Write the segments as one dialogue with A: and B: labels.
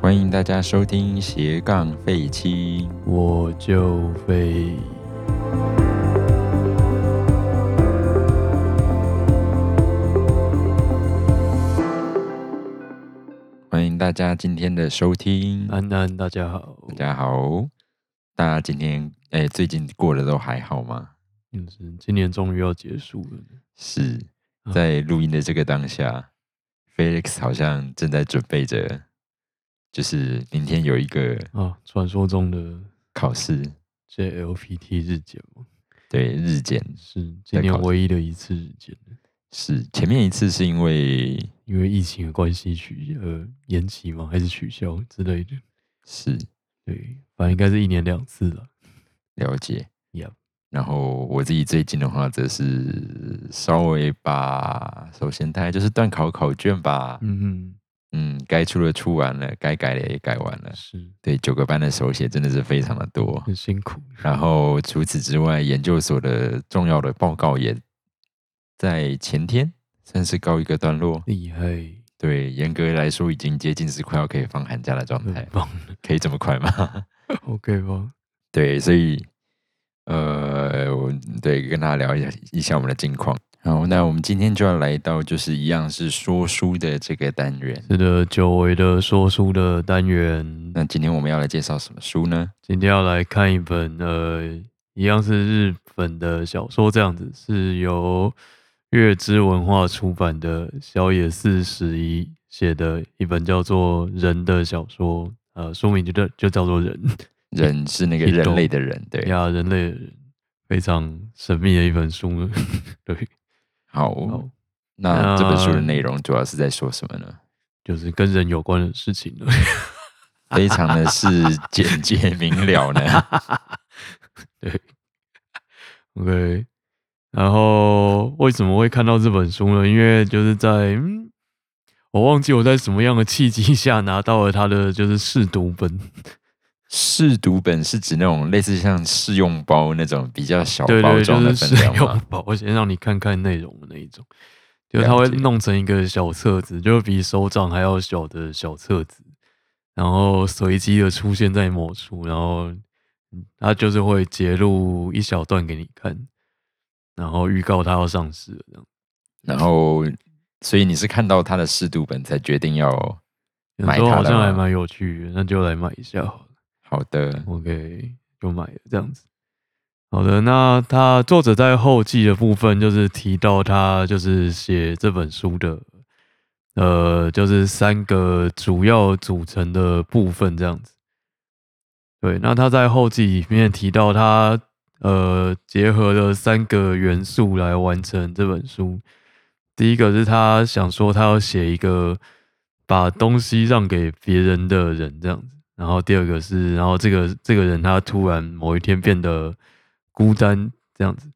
A: 欢迎大家收听斜杠废青。
B: 我就飞。
A: 欢迎大家今天的收听。
B: 安安，大家好。
A: 大家好，大家今天哎、最近过得都还好吗？
B: 嗯，是今年终于要结束了。
A: 是
B: 啊
A: 在录音的这个当下，Felix 好像正在准备着，就是明天有一个
B: 啊，传说中的
A: 考试，
B: JLPT 日检嘛，
A: 对日检
B: 是今年
A: 考试
B: 唯一的一次日检，
A: 是前面一次是因为
B: 因为疫情的关系取呃延期嘛，还是取消之类的。
A: 是
B: 对，反正应该是一年两次了。
A: 了解。
B: Yep
A: 然后我自己最近的话，则是稍微把首先大概就是断考考卷吧，
B: 嗯
A: 嗯，该出的出完了，该改的也改完了
B: 哼，。是
A: 对，九个班的手写真的是非常的多。
B: 很辛苦。
A: 然后除此之外，研究所的重要的报告也在前天算是告一个段落。
B: 厉害，
A: 对，严格来说已经接近是快要可以放寒假的状
B: 很
A: 态，
B: 棒
A: 可以这么快吗？
B: ，OK 吧？
A: 对，所以呃，我对跟大家聊一下一下我们的近况。好，那我们今天就要来到就是一样是说书的这个单元。
B: 是的，久违的说书的单元，
A: 那今天我们要来介绍什么书呢？
B: 今天要来看一本呃，一样是日本的小说，这样子是由月之文化出版的小野四十一写的一本叫做《人》的小说，呃，书名就叫就叫做《人
A: 人是那个
B: Hito
A: 人类的人，》对。
B: 呀，人类的人非常神秘的一本书。 对，
A: 好哦
B: 好，，
A: 那这本书的
B: 那
A: 内容主要是在说什么呢？
B: 就是跟人有关的事情了。
A: 非常的 是简洁明了呢。
B: OK，然后为什么会看到这本书呢？因为就是在、嗯、我忘记我在什么样的契机下拿到了它的就是试读本，
A: 试读本是指那种类似像试用包那种比较小
B: 对
A: 包
B: 对，就
A: 装的
B: 是
A: 分
B: 试
A: 量
B: 用
A: 吗？
B: 包，我先让你看看内容的那一种，就是它
A: 了
B: 会
A: 解
B: 弄成一个小册子，就是比手掌还要小的小册子，然后随机的出现在某处，然后嗯它就是会截录一小段给你看，然后预告它要上市了这样。
A: 然后，所以你是看到他的试读本才决定要
B: 有
A: 买
B: 时候
A: 它
B: 好
A: 的
B: 像还
A: 吗
B: 蛮有趣的，那就来买一下好了。
A: 好的，
B: OK，就买了这样子。好的，那他作者在后记的部分就是提到他就是写这本书的，呃，就是三个主要组成的部分这样子。对，那他在后记里面提到他呃结合了三个元素来完成这本书。第一个是他想说他要写一个把东西让给别人的人这样子，然后第二个是，然后这个这个人他突然某一天变得孤单这样子，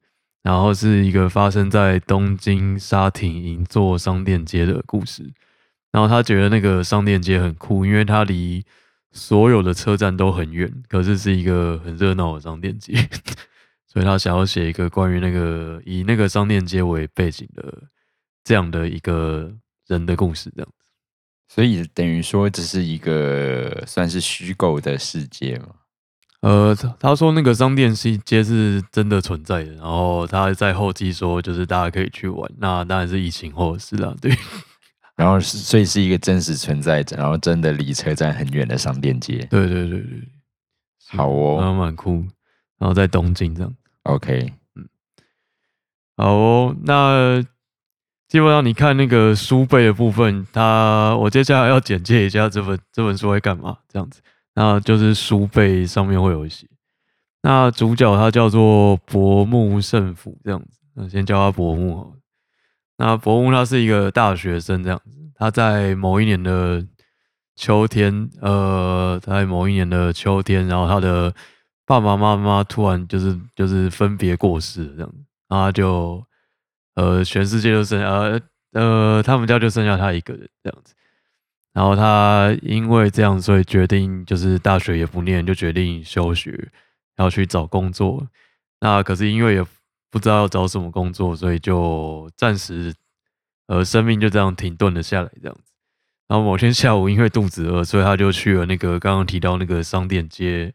B: 然后是一个发生在东京沙町银座商店街的故事，然后他觉得那个商店街很酷，因为它离所有的车站都很远，可是是一个很热闹的商店街，所以他想要写一个关于那个以那个商店街为背景的这样的一个人的故事，这样。
A: 所以等于说这是一个算是虚构的世界嘛？
B: 呃，他他说那个商店是街是真的存在的，然后他在后记说，就是大家可以去玩，那当然是疫情后的事啦，对，
A: 然后是，所以是一个真实存在着，然后真的离车站很远的商店街。
B: 对对对对，
A: 好
B: 然
A: 哦
B: 后蛮酷，然后在东京这样，
A: ，OK，
B: 好哦，那基本上你看那个书背的部分，它我接下来要简介一下这本这本书会干嘛，这样子，那就是书背上面会有一些，那主角他叫做薄木胜辅这样子，那先叫他薄木好了。那薄木他是一个大学生这样子，他在某一年的秋天，呃，在某一年的秋天，然后他的爸爸妈妈突然就是就是分别过世了这样子，然后他就呃全世界就剩呃呃他们家就剩下他一个人这样子，然后他因为这样，所以决定就是大学也不念，就决定休学，要去找工作。那可是因为也不知道要找什么工作，所以就暂时呃生命就这样停顿了下来，这样子。然后某天下午因为肚子饿，所以他就去了那个刚刚提到那个商店街，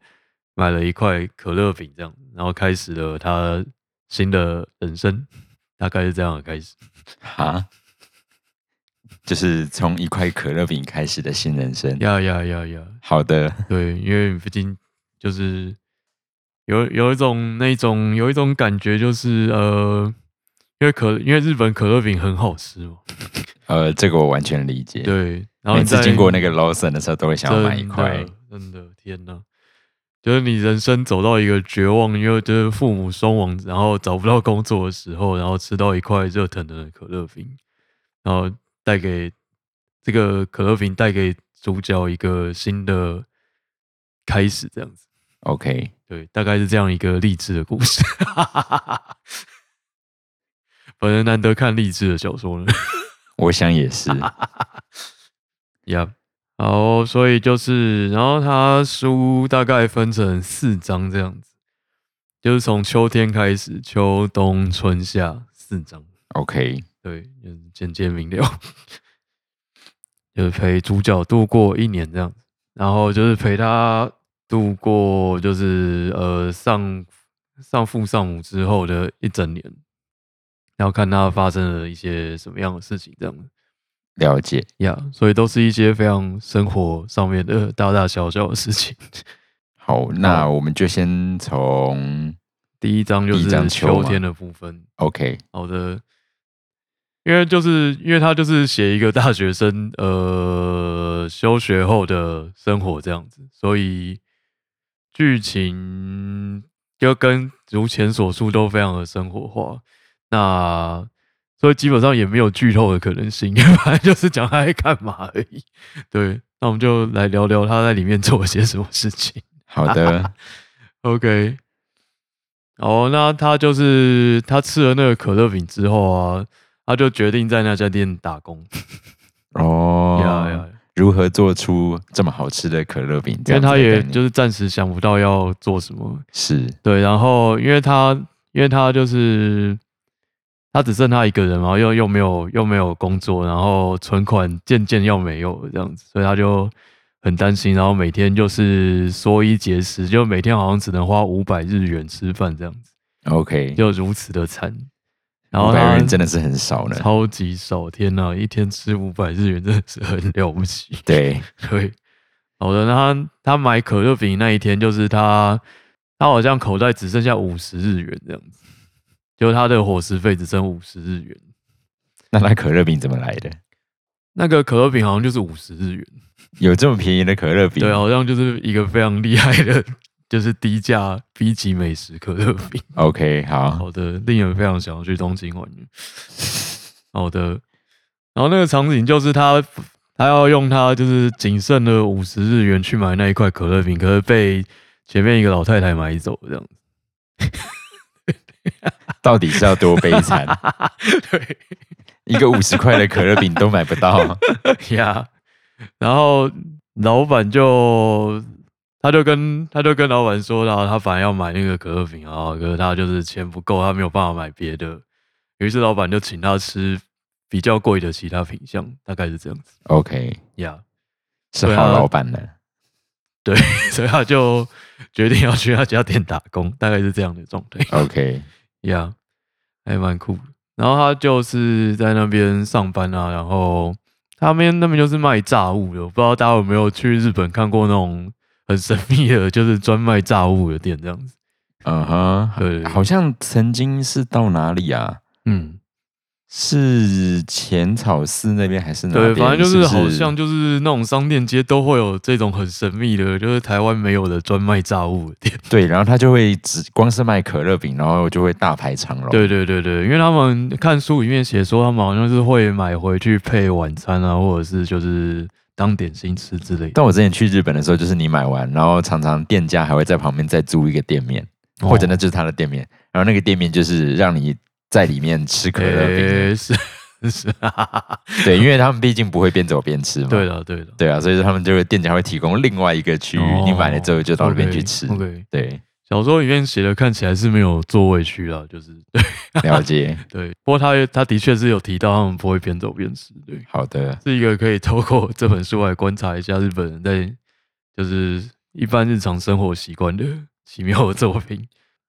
B: 买了一块可乐饼，这样，然后开始了他新的人生，大概是这样的开始。
A: 哈，就是从一块可乐饼开始的新人生。
B: 呀呀呀呀！
A: 好的，
B: 对，因为毕竟就是有有一种那种有一种感觉，就是呃，因为可因为日本可乐饼很好吃嘛，
A: 呃，这个我完全理解。，
B: 对，然后
A: 每
B: 你
A: 次
B: 在
A: 经过那个 Lawson 的时候，都会想要买一块
B: 真的。，真的天哪！就是你人生走到一个绝望，因为就是父母双亡，然后找不到工作的时候，然后吃到一块热腾腾的可乐饼，然后带给这个可乐饼带给主角一个新的开始，这样子。
A: OK，
B: 对，大概是这样一个励志的故事。 本人难得看励志的小说了。
A: 我想也 是。
B: 呀，好哦，所以就是，然后他书大概分成四章这样子，就是从秋天开始，秋冬春夏四章，
A: OK，
B: 对，就是简洁明了， 就是陪主角度过一年这样子，然后就是陪他度过就是呃丧丧父丧母之后的一整年，然后看他发生了一些什么样的事情这样子。
A: 了解。
B: 呀所以都是一些非常生活上面的大大小小的事情。
A: 好，那我们就先从
B: 第一章就
A: 第一章
B: 是
A: 秋
B: 秋
A: 嘛
B: 天的部分。
A: OK，
B: 好的，因为就是因为他就是写一个大学生呃休学后的生活这样子，所以剧情就跟如前所述都非常的生活化。那所以基本上也没有剧透的可能性， 反正就是讲他在干嘛而已。对，那我们就来聊聊他在里面做了些什么事情。
A: 好 的
B: OK，哦，那他就是他吃了那个可乐饼之后啊，他就决定在那家店打工。
A: 哦。
B: 呀呀，
A: 如何做出这么好吃的可乐饼？
B: 因为他也就是是暂时想不到要做什么。
A: 是
B: 对，然后因为他因为他就是他只剩他一个人嘛，又又没有又没有工作，然后存款渐渐要没有了这样子，所以他就很担心，然后每天就是缩衣节食，就每天好像只能花五百日元吃饭这样子。
A: OK。
B: 就如此的惨。然
A: 五
B: 后
A: 百
B: 他
A: 人真的是很少呢。
B: 超级少，天呐，一天吃五百日元真的是很了不起。
A: 对，
B: 对，好的，那他他买可乐饼那一天，就是他他好像口袋只剩下五十日元这样子，就是他的伙食费只剩五十日元。
A: 那他可乐饼怎么来的？
B: 那个可乐饼好像就是五十日元，
A: 有这么便宜的可乐饼？
B: 对，哦好像就是一个非常厉害的，就是低价 B 级美食可乐饼。
A: OK，好，
B: 好的，令人非常想要去东京玩。好的，然后那个场景就是他，他要用他就是仅剩的五十日元去买那一块可乐饼，可是被前面一个老太太买走，这样子。
A: 到底是要多悲惨？
B: 对
A: 一个五十块的可乐饼都买不 到，
B: 呀，然后老板就。他就跟他就跟老板说了，他反正要买那个可乐饼啊，可是他就是钱不够，他没有办法买别的，于是老板就请他吃比较贵的其他品相，大概是这样子
A: OK，
B: 呀。
A: 是
B: 对啊
A: 好老板呢。
B: 所以他就决定要去那家店打工，大概是这样的状态
A: OK，
B: 呀还蛮酷的。然后他就是在那边上班啊，然后他们那边就是卖炸物的，我不知道大家有没有去日本看过那种很神秘的，就是专卖炸物的店这样子。
A: 嗯哼，
B: 对，
A: 好像曾经是到哪里啊？
B: 嗯，
A: 是浅草寺那边还是哪
B: 对，
A: 边？
B: 反正就是是
A: 不
B: 好像就是那种商店街都会有这种很神秘的，就是台湾没有的专卖炸物的店。
A: 对，然后他就会只光是卖可乐饼，然后就会大排长龙。
B: 对对对对，因为他们看书里面写说，他们好像是会买回去配晚餐啊，或者是就是当点心吃之类的，
A: 但我之前去日本的时候，就是你买完，然后常常店家还会在旁边再租一个店面，
B: 哦
A: 或者那就是他的店面，然后那个店面就是让你在里面吃可乐饼的。
B: 诶是是，哈哈哈
A: 对，因为他们毕竟不会边走边吃嘛。
B: 对了对了，
A: 对啊，所以他们就会店家会提供另外一个区域，
B: 哦
A: 你买了之后就到那边去吃。
B: OK，, o k
A: 对，
B: 小说里面写的看起来是没有座位区啦，就是对
A: 了解，
B: 对。不过他他的确是有提到他们不会边走边吃，对，
A: 好的，
B: 是一个可以透过这本书来观察一下日本人在就是一般日常生活习惯的奇妙的作品。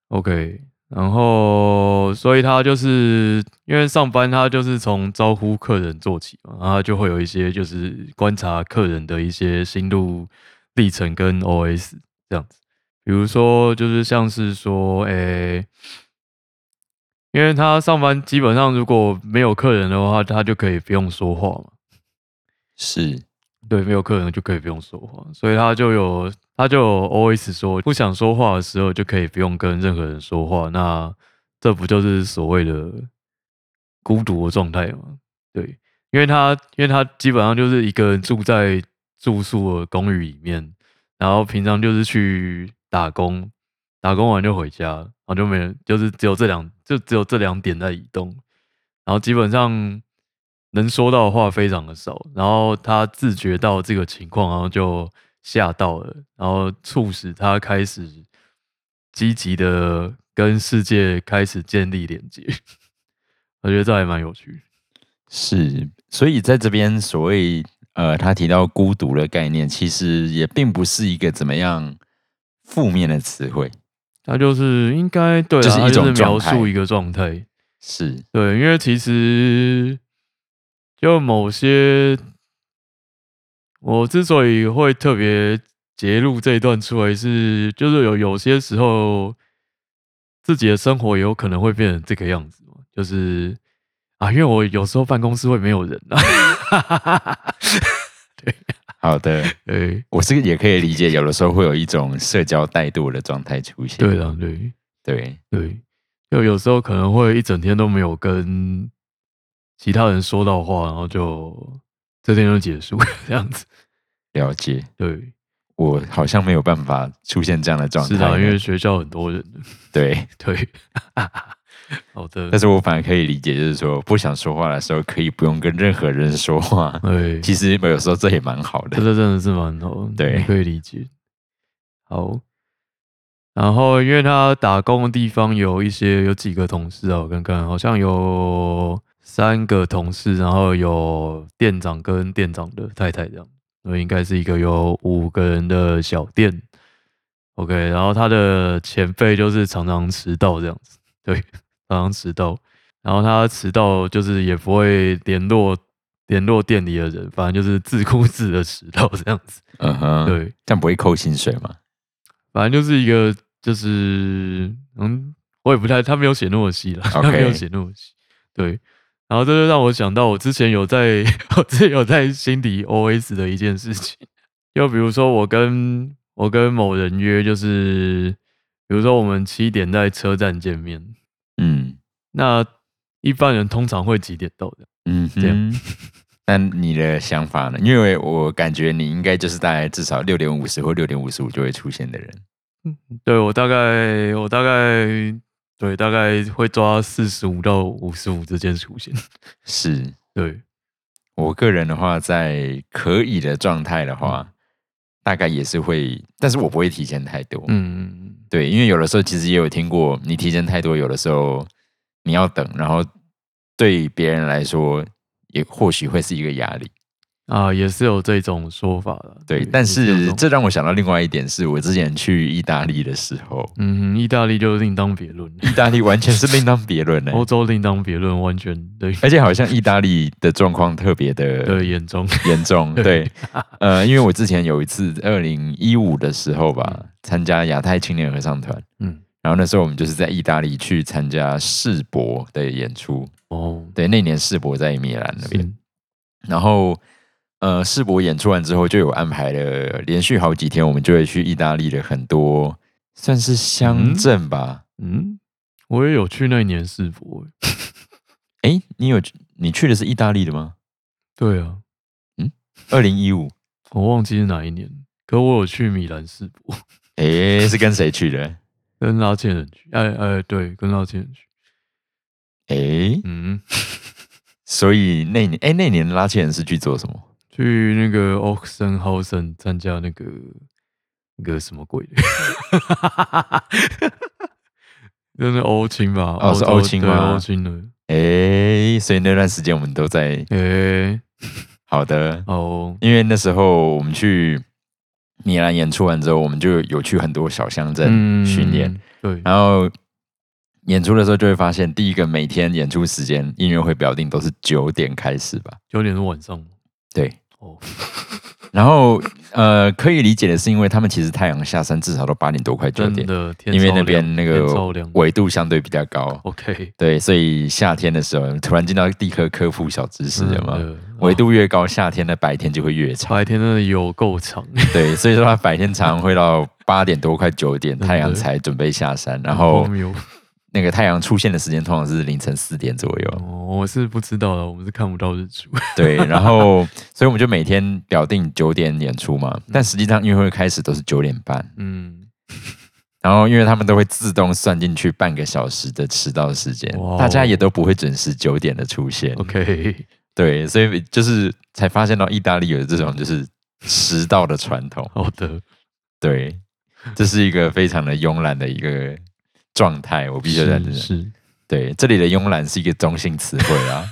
B: OK，然后所以他就是因为上班，他就是从招呼客人做起嘛，然后他就会有一些就是观察客人的一些心路历程跟 OS 这样子。比如说，就是像是说，诶、因为他上班基本上如果没有客人的话，他就可以不用说话嘛。
A: 是
B: 对，没有客人就可以不用说话，所以他就有他就有 always 说不想说话的时候就可以不用跟任何人说话，那这不就是所谓的孤独的状态吗？对，因为他因为他基本上就是一个人住在住宿的公寓里面，然后平常就是去打工，打工完就回家，然后就没人，就是只有这两就只有这两点在移动，然后基本上能说到的话非常的少，然后他自觉到这个情况，然后就吓到了，然后促使他开始积极的跟世界开始建立连接， 我觉得这还蛮有趣。
A: 是，所以在这边所谓呃，他提到孤独的概念，其实也并不是一个怎么样负面的词汇，
B: 他就是应该对
A: 就
B: 啦，
A: 是一
B: 他就是
A: 种状
B: 描
A: 态
B: 述一个状态，
A: 是
B: 对，因为其实就某些，我之所以会特别截录这一段出来是，就是有有些时候自己的生活有可能会变成这个样子嘛，就是啊，因为我有时候办公室会没有人啊，
A: 好的。
B: 对
A: 我是也可以理解，有的时候会有一种社交怠惰的状态出现。
B: 对的对
A: 对，
B: 对，就有时候可能会一整天都没有跟其他人说到话，然后就这天就结束 这样子，
A: 了解。
B: 对。
A: 我好像没有办法出现这样的状态
B: 是
A: 呢，
B: 的，因为学校很多人，
A: 对，
B: 对， 好的
A: 但，是我反而可以理解，就是说不想说话的时候，可以不用跟任何人说话。
B: 对，
A: 其实有时候这也蛮好
B: 这
A: 的，
B: 个真的是蛮好的，
A: 对
B: 可以理解。好，然后因为他打工的地方有一些有几个同事啊，我看看，好像有三个同事，然后有店长跟店长的太太这样，所以应该是一个有五个人的小店。OK，然后他的前辈就是常常迟到这样子，对， 常常迟到。然后他迟到就是也不会联络联络店里的人，反正就是自顾自的迟到这样子。
A: 嗯哼，，
B: 对，
A: 这样不会扣薪水吗？
B: 反正就是一个就是嗯，我也不太，他没有写那么细了
A: OK
B: 他没有写那么细。对，然后这就让我想到我之前有在， 我之前有在心底 OS 的一件事情， 就比如说我跟我跟某人约，就是比如说我们七点在车站见面，
A: 嗯
B: 那一般人通常会几点到的？
A: 嗯哼，
B: 这
A: 那你的想法呢？因为我感觉你应该就是大概至少六点五十或六点五十五就会出现的人。
B: 对我大概我大概对大概会抓四十五到五十五之间出现。
A: 是
B: 对，
A: 我个人的话，在可以的状态的话，大概也是会，但是我不会提前太多。
B: 嗯，
A: 对，因为有的时候其实也有听过，你提前太多，有的时候你要等，然后对别人来说也或许会是一个压力。
B: 啊，也是有这种说法的。
A: 对，但
B: 也有
A: 是
B: 种
A: 这让我想到另外一点，是我之前去意大利的时候，
B: 嗯，意大利就另当别论，
A: 意大利完全是另当别论的、
B: 欧洲另当别论，完全对
A: 而且好像意大利的状况特别的
B: 对严重。
A: 严重。对，呃，因为我之前有一次二零一五的时候吧，参加亚太青年合唱团，
B: 嗯，
A: 然后那时候我们就是在意大利去参加世博的演出，
B: 哦，
A: 对，那年世博在米兰那边，
B: 是
A: 然后呃，世博演出完之后，就有安排了连续好几天，我们就会去意大利的很多算是乡镇吧。
B: 嗯，我也有去那一年世博。欸
A: 哎、
B: 嗯
A: 你有你去的是意大利的吗？
B: 对啊，
A: 二零一五，
B: 我忘记是哪一年，可我有去米兰世博，
A: 哎，是跟谁去的？
B: 跟拉切人去。哎哎，对，跟拉切人去。
A: 哎，
B: 嗯，
A: 所以那年哎那年拉切人是去做什么？
B: 去那个 Oxenhausen 参加那个一个什么鬼的，就是欧青吧？
A: 哦是
B: 洲
A: 欧青
B: 对
A: 吗
B: 欧青的。
A: 诶，哎所以那段时间我们都在
B: 诶、
A: 好的，
B: 哦，
A: 因为那时候我们去米兰演出完之后，我们就有去很多小乡镇巡演，
B: 嗯，对，
A: 然后演出的时候就会发现，第一个每天演出时间音乐会表定都是九点开始吧？
B: 九点是晚上吗
A: 对，
B: 哦，
A: 然后呃，可以理解的是，因为他们其实太阳下山至少都八点多快九
B: 真
A: 点，
B: 的，天
A: 因为
B: 超
A: 那
B: 亮
A: 边那
B: 天
A: 个
B: 超亮
A: 纬度相对比较高，
B: ，OK，
A: 对，所以夏天的时候突然进到第一科科普小知识
B: 真
A: 了嘛。
B: 的
A: 纬
B: 哇
A: 度越高，夏天的白天就会越长。
B: 白天真的有够长，
A: 对，所以说它白天常常会到八点多快九点，
B: 真的
A: 太阳才准备下山，然后
B: 荒谬
A: 那个太阳出现的时间通常是凌晨四点左右。
B: 哦，我是不知道的，我们是看不到 日出，
A: 对，然后所以我们就每天表定九点演出嘛，但实际上音乐会开始都是九点半，
B: 嗯，
A: 然后因为他们都会自动算进去半个小时的迟到时间
B: 哇哦，
A: 大家也都不会准时九点的出现。
B: OK，
A: 对，所以就是才发现到意大利有这种就是迟到的传统。
B: 好的，
A: 对，这是一个非常的慵懒的一个状态，我必须要
B: 是
A: 这样。
B: 是
A: 对，这里的慵懒是一个中性词汇啊，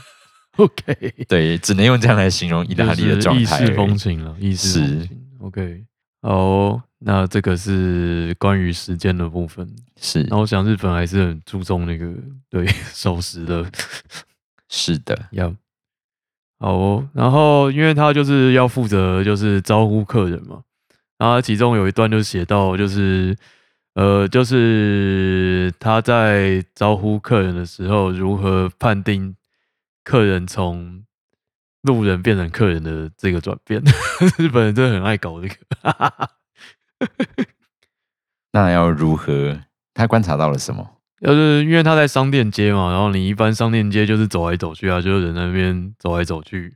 B: ，OK，
A: 对，只能用这样来形容意大利的
B: 就是
A: 状
B: 意
A: 态
B: 式
A: 而
B: 风
A: 已。
B: 情了，意式
A: 是
B: 风情，OK，哦，那这个是关于时间的部分，
A: 是
B: 那我想日本还是很注重那个对 守时的，
A: 是的，
B: 要。好哦，然后因为他就是要负责就是招呼客人嘛，然后他其中有一段就写到就是呃就是他在招呼客人的时候如何判定客人从路人变成客人的这个转变， 日本人真的很爱搞这个，
A: 那要如何？他观察到了什么？
B: 呃就是因为他在商店街嘛，然后你一般商店街就是走来走去啊，就是人在那边走来走去，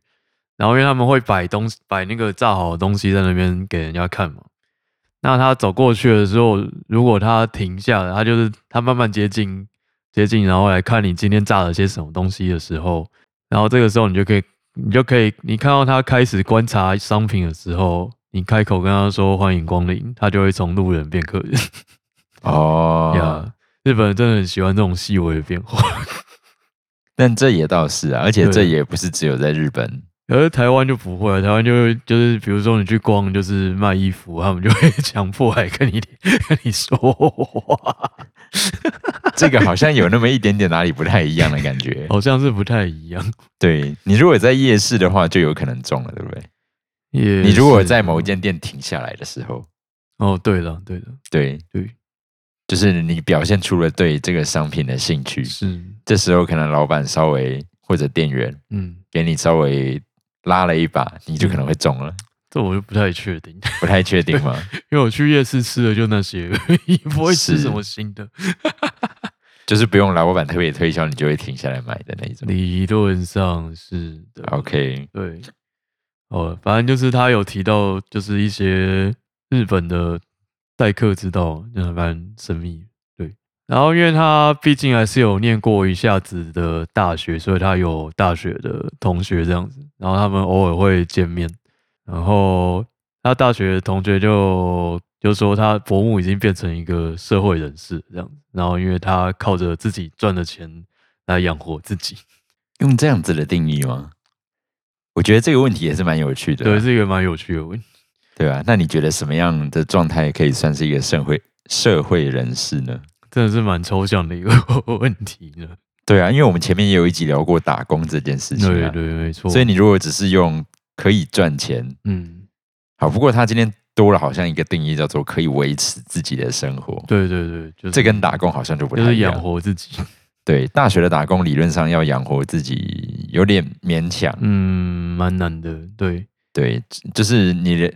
B: 然后因为他们会摆东西，摆那个炸好的东西在那边给人家看嘛。那他走过去的时候，如果他停下了，他就是他慢慢接近接近，然后来看你今天炸了些什么东西的时候，然后这个时候你就可以，你就可以，你看到他开始观察商品的时候，你开口跟他说欢迎光临，他就会从路人变客人。
A: 哦
B: 呀，日本人真的很喜欢这种细微的变化，
A: 但这也倒是啊，而且
B: 对
A: 这也不是只有在日本，
B: 可是台湾就不会啊，台湾就会就是比如说你去逛就是卖衣服，他们就会强迫来跟你 跟你说话，
A: 这个好像有那么一点点哪里不太一样的感觉。
B: 好像是不太一样。
A: 对你如果在夜市的话，就有可能中了，对不对？
B: 也
A: 你如果在
B: 是
A: 某一间店停下来的时候，
B: 哦，对了对了，
A: 对
B: 对，
A: 就是你表现出了对这个商品的兴趣，
B: 是
A: 这时候可能老板稍微或者店员
B: 嗯，
A: 给你稍微拉了一把，你就可能会中了，
B: 这我就不太确定，
A: 不太确定嘛。
B: 因为我去夜市吃的就那些而已， 不会吃
A: 是
B: 什么新的。
A: 就是不用老板特别推销，你就会停下来买的那一种。
B: 理论上是的。
A: OK，
B: 对，哦，反正就是他有提到，就是一些日本的待客之道，那蛮神秘。对，然后因为他毕竟还是有念过一下子的大学，所以他有大学的同学这样子，然后他们偶尔会见面，然后他大学的同学就就说他伯母已经变成一个社会人士这样子，然后因为他靠着自己赚的钱来养活自己，
A: 用这样子的定义吗？我觉得这个问题也是蛮有趣的啊、
B: 对，是一个蛮有趣的问题。
A: 对吧、那你觉得什么样的状态可以算是一个社会社会人士呢？
B: 真的是蛮抽象的一个 问题呢。
A: 对啊，因为我们前面也有一集聊过打工这件事情、
B: 对
A: 啊，
B: 对，没错。
A: 所以你如果只是用可以赚钱，
B: 嗯，
A: 好，不过他今天多了好像一个定义叫做可以维持自己的生活，
B: 对对对，就是
A: 这跟打工好像就不
B: 就
A: 太
B: 是
A: 一
B: 养
A: 样。
B: 活自己。
A: 对，大学的打工理论上要养活自己有点勉强，
B: 嗯，蛮难的。对，
A: 对，就是你的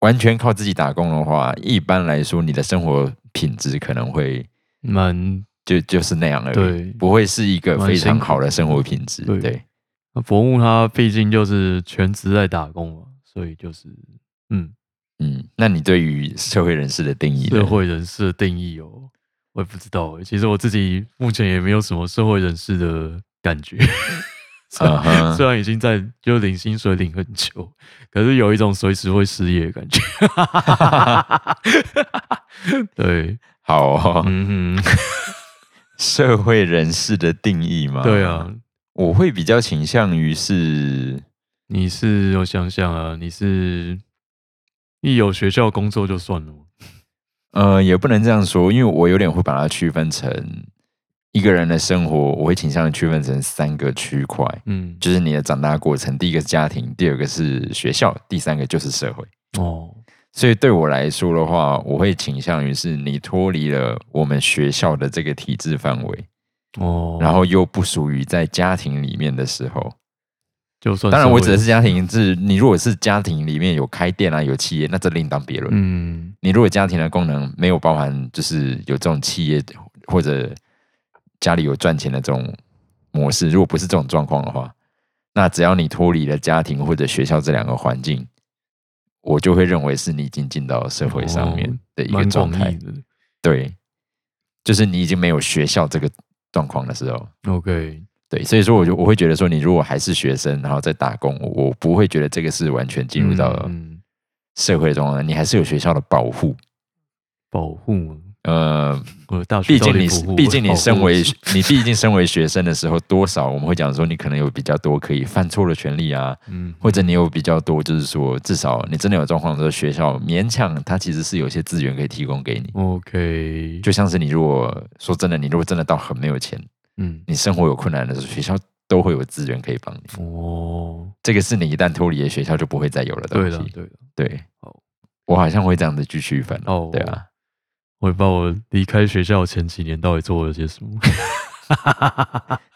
A: 完全靠自己打工的话，一般来说你的生活品质可能会
B: 蛮
A: 就就是那样而已，
B: 对
A: 不会是一个
B: 蛮
A: 非
B: 辛
A: 常
B: 苦
A: 好的生活品质，
B: 对
A: 对。
B: 那博物他毕竟就是全职在打工嘛，所以就是嗯，
A: 嗯，那你对于社会人士的定义呢？
B: 社会人士的定义哦，我也不知道欸。其实我自己目前也没有什么社会人士的感觉，虽然
A: 啊哈
B: 虽然已经在就领薪水领很久，可是有一种随时会失业的 感觉。对，
A: 好哦，
B: 嗯哼，
A: 社会人士的定义嘛，
B: 对啊，，
A: 我会比较倾向于是
B: 你是我想想啊，你是一有学校工作就算了吗，
A: 呃，也不能这样说，因为我有点会把它区分成一个人的生活，我会倾向于区分成三个区块，
B: 嗯，
A: 就是你的长大过程，第一个是家庭，第二个是学校，第三个就是社会。
B: 哦，
A: 所以对我来说的话，我会倾向于是你脱离了我们学校的这个体制范围，
B: 哦，
A: 然后又不属于在家庭里面的时候。
B: 就算
A: 当然，
B: 社
A: 我
B: 会
A: 指的是家庭是，你如果是家庭里面有开店啊，有企业，那这另当别论。
B: 嗯，
A: 你如果家庭的功能没有包含，就是有这种企业或者家里有赚钱的这种模式，如果不是这种状况的话，那只要你脱离了家庭或者学校这两个环境，我就会认为是你已经进到社会上面的一个
B: 哦蛮
A: 状
B: 广
A: 态。
B: 义的。
A: 对，就是你已经没有学校这个状况的时候，
B: OK，
A: 对，所以说我就我会觉得说，你如果还是学生，然后在打工，我我不会觉得这个是完全进入到
B: 嗯嗯
A: 社会中的，你还是有学校的保护。
B: 保护啊，
A: 呃，
B: 我的大学
A: 毕
B: 到
A: 竟
B: 底
A: 你
B: 保护，
A: 毕竟你
B: 保护
A: 身为
B: 是
A: 你毕竟身为学生的时候，多少我们会讲说，你可能有比较多可以犯错的权利啊，
B: 嗯，
A: 或者你有比较多，就是说至少你真的有状况的时候，学校勉强它其实是有些资源可以提供给你。
B: OK，
A: 就像是你如果说真的，你如果真的到很没有钱，
B: 嗯
A: 你生活有困难的时候，学校都会有资源可以帮你。
B: 哦，
A: 这个是你一旦脱离了学校就不会再有了
B: 对
A: 东
B: 了
A: 西。
B: 对了，
A: 对
B: 好
A: 我好像会这样子去区分哦。
B: 哦，
A: 对啊，
B: 我也不知道我离开学校前几年到底做了些什么，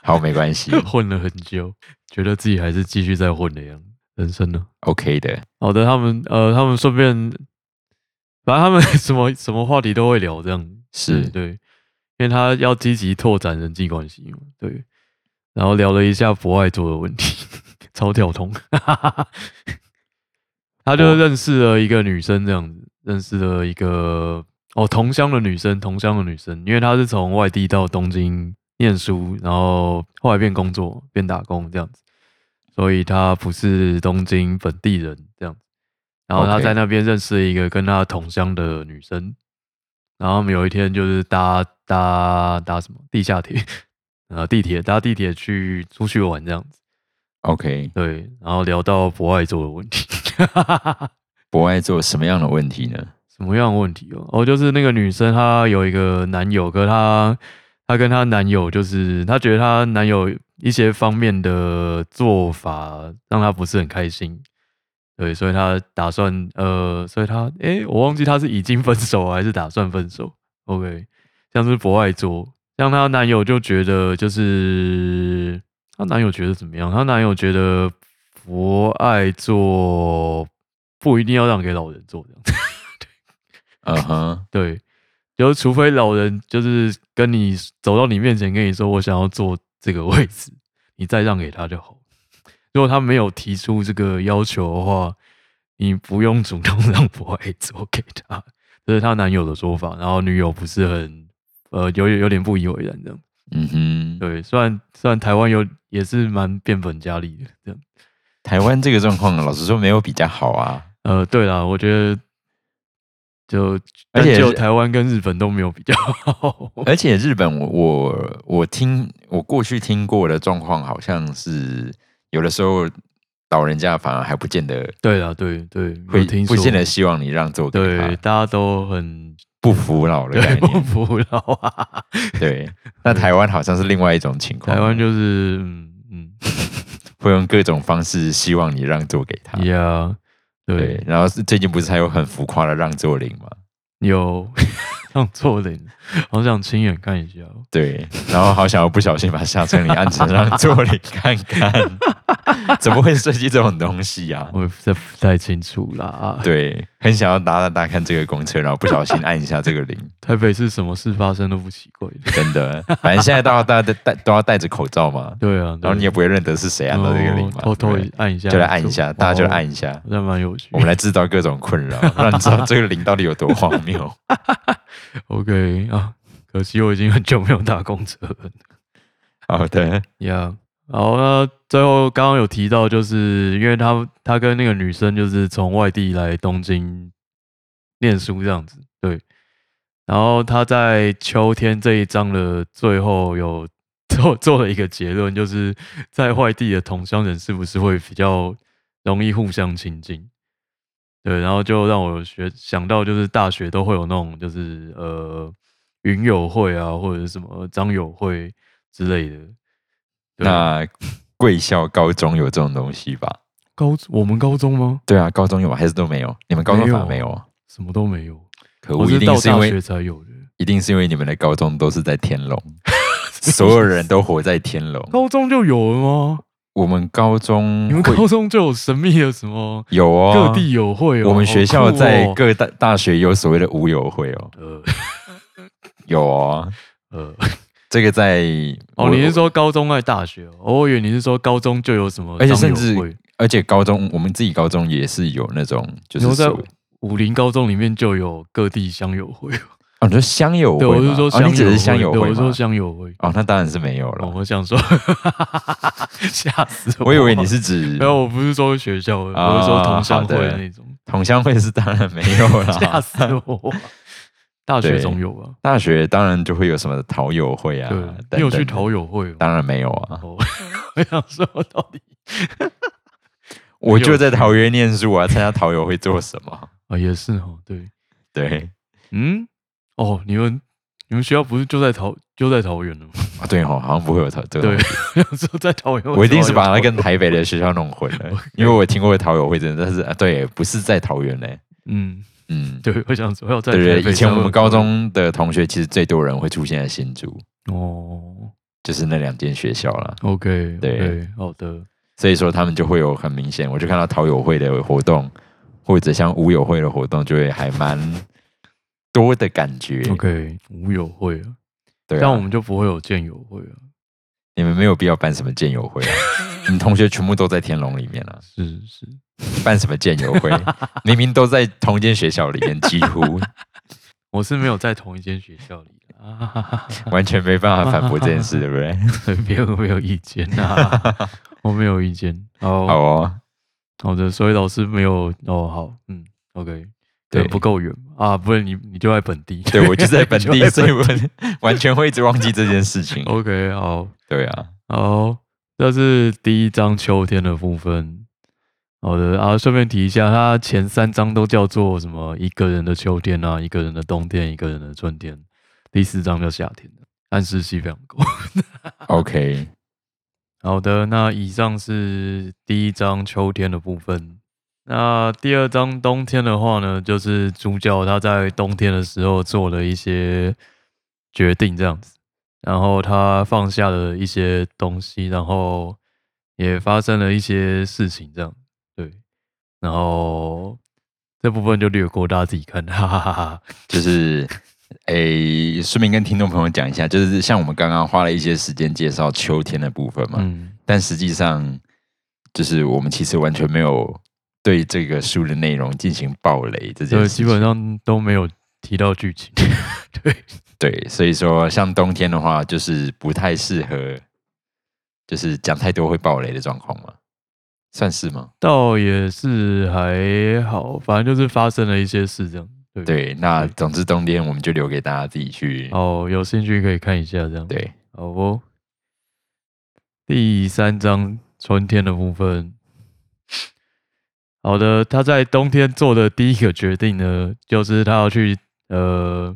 A: 好，没关 系
B: 混了很久，觉得自己还是继续在混的样子。人生呢？
A: ，OK 的。
B: 好的，他们呃，他们顺便，反正他们 什么什么话题都会聊，这样
A: 是
B: 对嗯对，因为他要积极拓展人际关系嘛，对。然后聊了一下博爱座的问题， 超跳通， 他就
A: 我
B: 认识了一个女生，这样子认识了一个哦同乡的女生，同乡的女生，因为她是从外地到东京念书，然后后来变工作变打工这样子，所以她不是东京本地人这样子。然后她
A: OK
B: 在那边认识了一个跟她同乡的女生，然后我们有一天就是搭搭搭什么地下铁， 呃地铁搭地铁去出去玩这样子，
A: OK，
B: 对，然后聊到博爱座的问题。
A: 博爱做什么样的问题呢？
B: 什么样的问题哦？哦，就是那个女生她有一个男友，可她她跟她男友就是她觉得她男友一些方面的做法让她不是很开心，对，所以她打算呃，所以她诶，我忘记她是已经分手啊还是打算分手。OK，像是博爱桌，像她男友就觉得就是她男友觉得怎么样？她男友觉得博爱做不一定要让给老人做这样。
A: 嗯哼，
B: 对，就是除非老人就是跟你走到你面前跟你说我想要坐这个位置，你再让给他就好。如果他没有提出这个要求的话，你不用主动让博爱坐给他，这是她男友的说法。然后女友不是很呃有有点不以为然这样。
A: 嗯哼，
B: 对，虽然虽然台湾有也是蛮变本加厉的这样。
A: 台湾这个状况，老实说没有比较好啊。
B: 呃，对啦，我觉得就
A: 而且
B: 但只有
A: 是
B: 台湾跟日本都没有比较好。
A: 而且日本我，我我听我过去听过的状况，好像是有的时候老人家反而还不见得
B: 对啦，对对，有
A: 会
B: 听
A: 不
B: 说
A: 见得希望你让座给
B: 对，
A: 他，
B: 大家 都很
A: 不服老的概
B: 对不
A: 念。
B: 服老啊。
A: 对，那台湾好像是另外一种情况，
B: 台湾就是嗯 嗯
A: 会用各种方式希望你让座给他。
B: ，Yeah，
A: 对
B: 对，，
A: 然后是最近不是还有很浮夸的让座令吗？
B: 有 让错人，好想亲眼看一下哦。
A: 对，然后好想要不小心把下车铃按成让座铃看看， 怎么会设计这种东西 啊？
B: 我这不太清楚啦。，
A: 对，很想要打打打看这个公车，然后不小心按一下这个铃，
B: 台北市什么事发生都不奇怪 的。
A: 真的。反正现在大家大家戴都要戴着口罩嘛，
B: 对啊，
A: 然后你也不会认得是谁
B: 对
A: 按到这个铃
B: 哦
A: 嘛，
B: 偷偷
A: 对不对
B: 按一下，
A: 就来按一下，大家就来按一下。
B: 哦，那蛮有趣
A: 我。们来制造各种困扰，让你知道这个铃到底有多荒谬。
B: OK 啊，可惜我已经很久没有搭公车了。
A: 好的，
B: Yeah，好，那最后刚刚有提到，就是因为他他跟那个女生就是从外地来东京念书这样子，对。然后他在秋天这一章的最后有做 做了一个结论，就是在外地的同乡人是不是会比较容易互相亲近？对，然后就让我学想到，就是大学都会有那种，就是呃云友会啊，或者是什么张友会之类的。对啊
A: 那贵校高中有这种东西吧？
B: 高我们高中吗？
A: 对啊，高中有吗？还是都没有？你们高中反而
B: 没
A: 没
B: 有
A: 有啊？
B: 什么都没有，
A: 可
B: 我
A: 恶，
B: 是
A: 一定
B: 到
A: 是因
B: 大学
A: 为
B: 才有的。
A: 一定是因为你们的高中都是在天 龙，所有人都活在天龙。
B: 高中就有了吗？
A: 我们高中
B: 你
A: 嗯
B: 们
A: 会
B: 高中就有神秘的什么
A: 有哦，
B: 各地友会哦？
A: 我们学
B: 好
A: 校
B: 酷哦
A: 在各大大学有所谓的无友会哦，
B: 呃
A: 有哦，
B: 呃
A: 这个在
B: 哦，你是，说高中在大学哦？哦我以为你是说高中就有什么
A: 而
B: 张
A: 且
B: 友会，
A: 甚至而且高中我们自己高中也是有那种就
B: 你
A: 是
B: 说在
A: 所谓
B: 武林高中里面就有各地乡友会哦，
A: 哦，你说乡友
B: 对，
A: 会
B: 我是
A: 吗？
B: 说
A: 哦
B: 乡
A: 你只
B: 友
A: 是
B: 会，
A: 乡友
B: 对
A: 会
B: 我是说
A: 吗？
B: 乡友会。
A: 哦，那当然是没有了。
B: 哦我想说， 吓死我！
A: 我以为你是指
B: 没有，我不是说学校，我
A: 啊
B: 是说同乡
A: 好
B: 会
A: 的
B: 那种，
A: 同乡会是当然没有
B: 吓
A: 啦。
B: 死我！ 大学
A: 对
B: 总有吧？
A: 大学当然就会有什么陶友会啊，
B: 对
A: 等，
B: 你
A: 等
B: 有去陶
A: 投？
B: 友会吗？
A: 当然没有啊，
B: 哦 我想说，到底
A: 我就在桃园念书，我啊要参加陶友会做什么？
B: 啊，也是 哦，对，
A: 对
B: 嗯，哦，你们你们学校不是就在桃就在桃园的吗？
A: 啊，对哦，好像不会有陶这个
B: 对
A: 东
B: 啊
A: 西。，
B: 我想说在桃园，
A: 我一定是把它
B: 个
A: 跟台北的学校弄 混了，因为我听过陶友会真的，但是啊，对，不是在桃园嘞，
B: 嗯，
A: 嗯，
B: 对，我想说要在
A: 对
B: 台北
A: 对，以前
B: 才
A: 我
B: 有
A: 们高
B: 桃园
A: 中的同学其实最多人会出现在新竹，
B: 哦
A: 就是那两间学校啦，
B: ，OK，
A: 对
B: 对，好的，
A: 所以说他们就会有很明显，我就看到陶友会的活动，或者像舞友会的活动，就会还蛮多的感觉。
B: OK，无友会啊，
A: 对、
B: 这
A: 啊，
B: 样我们就不会有见友会啊了。
A: 你们没有必要办什么建友会、 啊，你们同学全部都在天龙里面啊，
B: 是是，
A: 办什么建友 会？明明都在同间学校里面，几乎
B: 我是没有在同一间学校里的啊，
A: 完全没办法反驳这件事，对不对？
B: 别人没有意见 啊，我没有意见。好，
A: 好哦，
B: 好的，所以老师没有哦，好，嗯，OK，
A: 对
B: 可能不够远啊，不然你你就在本地，
A: 对我就在本
B: 你
A: 地，
B: 就哦
A: 所以我完全会一直忘记这件事 情。
B: OK，好，
A: 对啊，
B: 好，这是第一章秋天的部分。好的啊，顺便提一下，它前三章都叫做什么？一个人的秋天啊，一个人的冬天，一个人的春天。第四章叫夏天暗示西非狗。
A: ，OK，
B: 好的，那以上是第一章秋天的部分。那第二章冬天的话呢，就是主角他在冬天的时候做了一些决定，这样子，然后他放下了一些东西，然后也发生了一些事情，这样对。然后这部分就略过，大家自己看，哈哈哈哈。
A: 就是诶，顺便跟听众朋友讲一下，就是像我们刚刚花了一些时间介绍秋天的部分嘛，
B: 嗯，
A: 但实际上就是我们其实完全没有对这个书的内容进行暴雷这件
B: 对，
A: 事
B: 基
A: 情。
B: 本上都没有提到剧情，对。
A: 对，所以说像冬天的话，就是不太适合，就是讲太多会暴雷的状况嘛，算是吗？
B: 倒也是还好，反正就是发生了一些事这样。对，
A: 对，那
B: 对
A: 总之冬天我们就留给大家自己去。
B: 哦，有兴趣可以看一下这样。，
A: 对，
B: 好哦。第三章春天的部分。好的，他在冬天做的第一个决定呢，就是他要去呃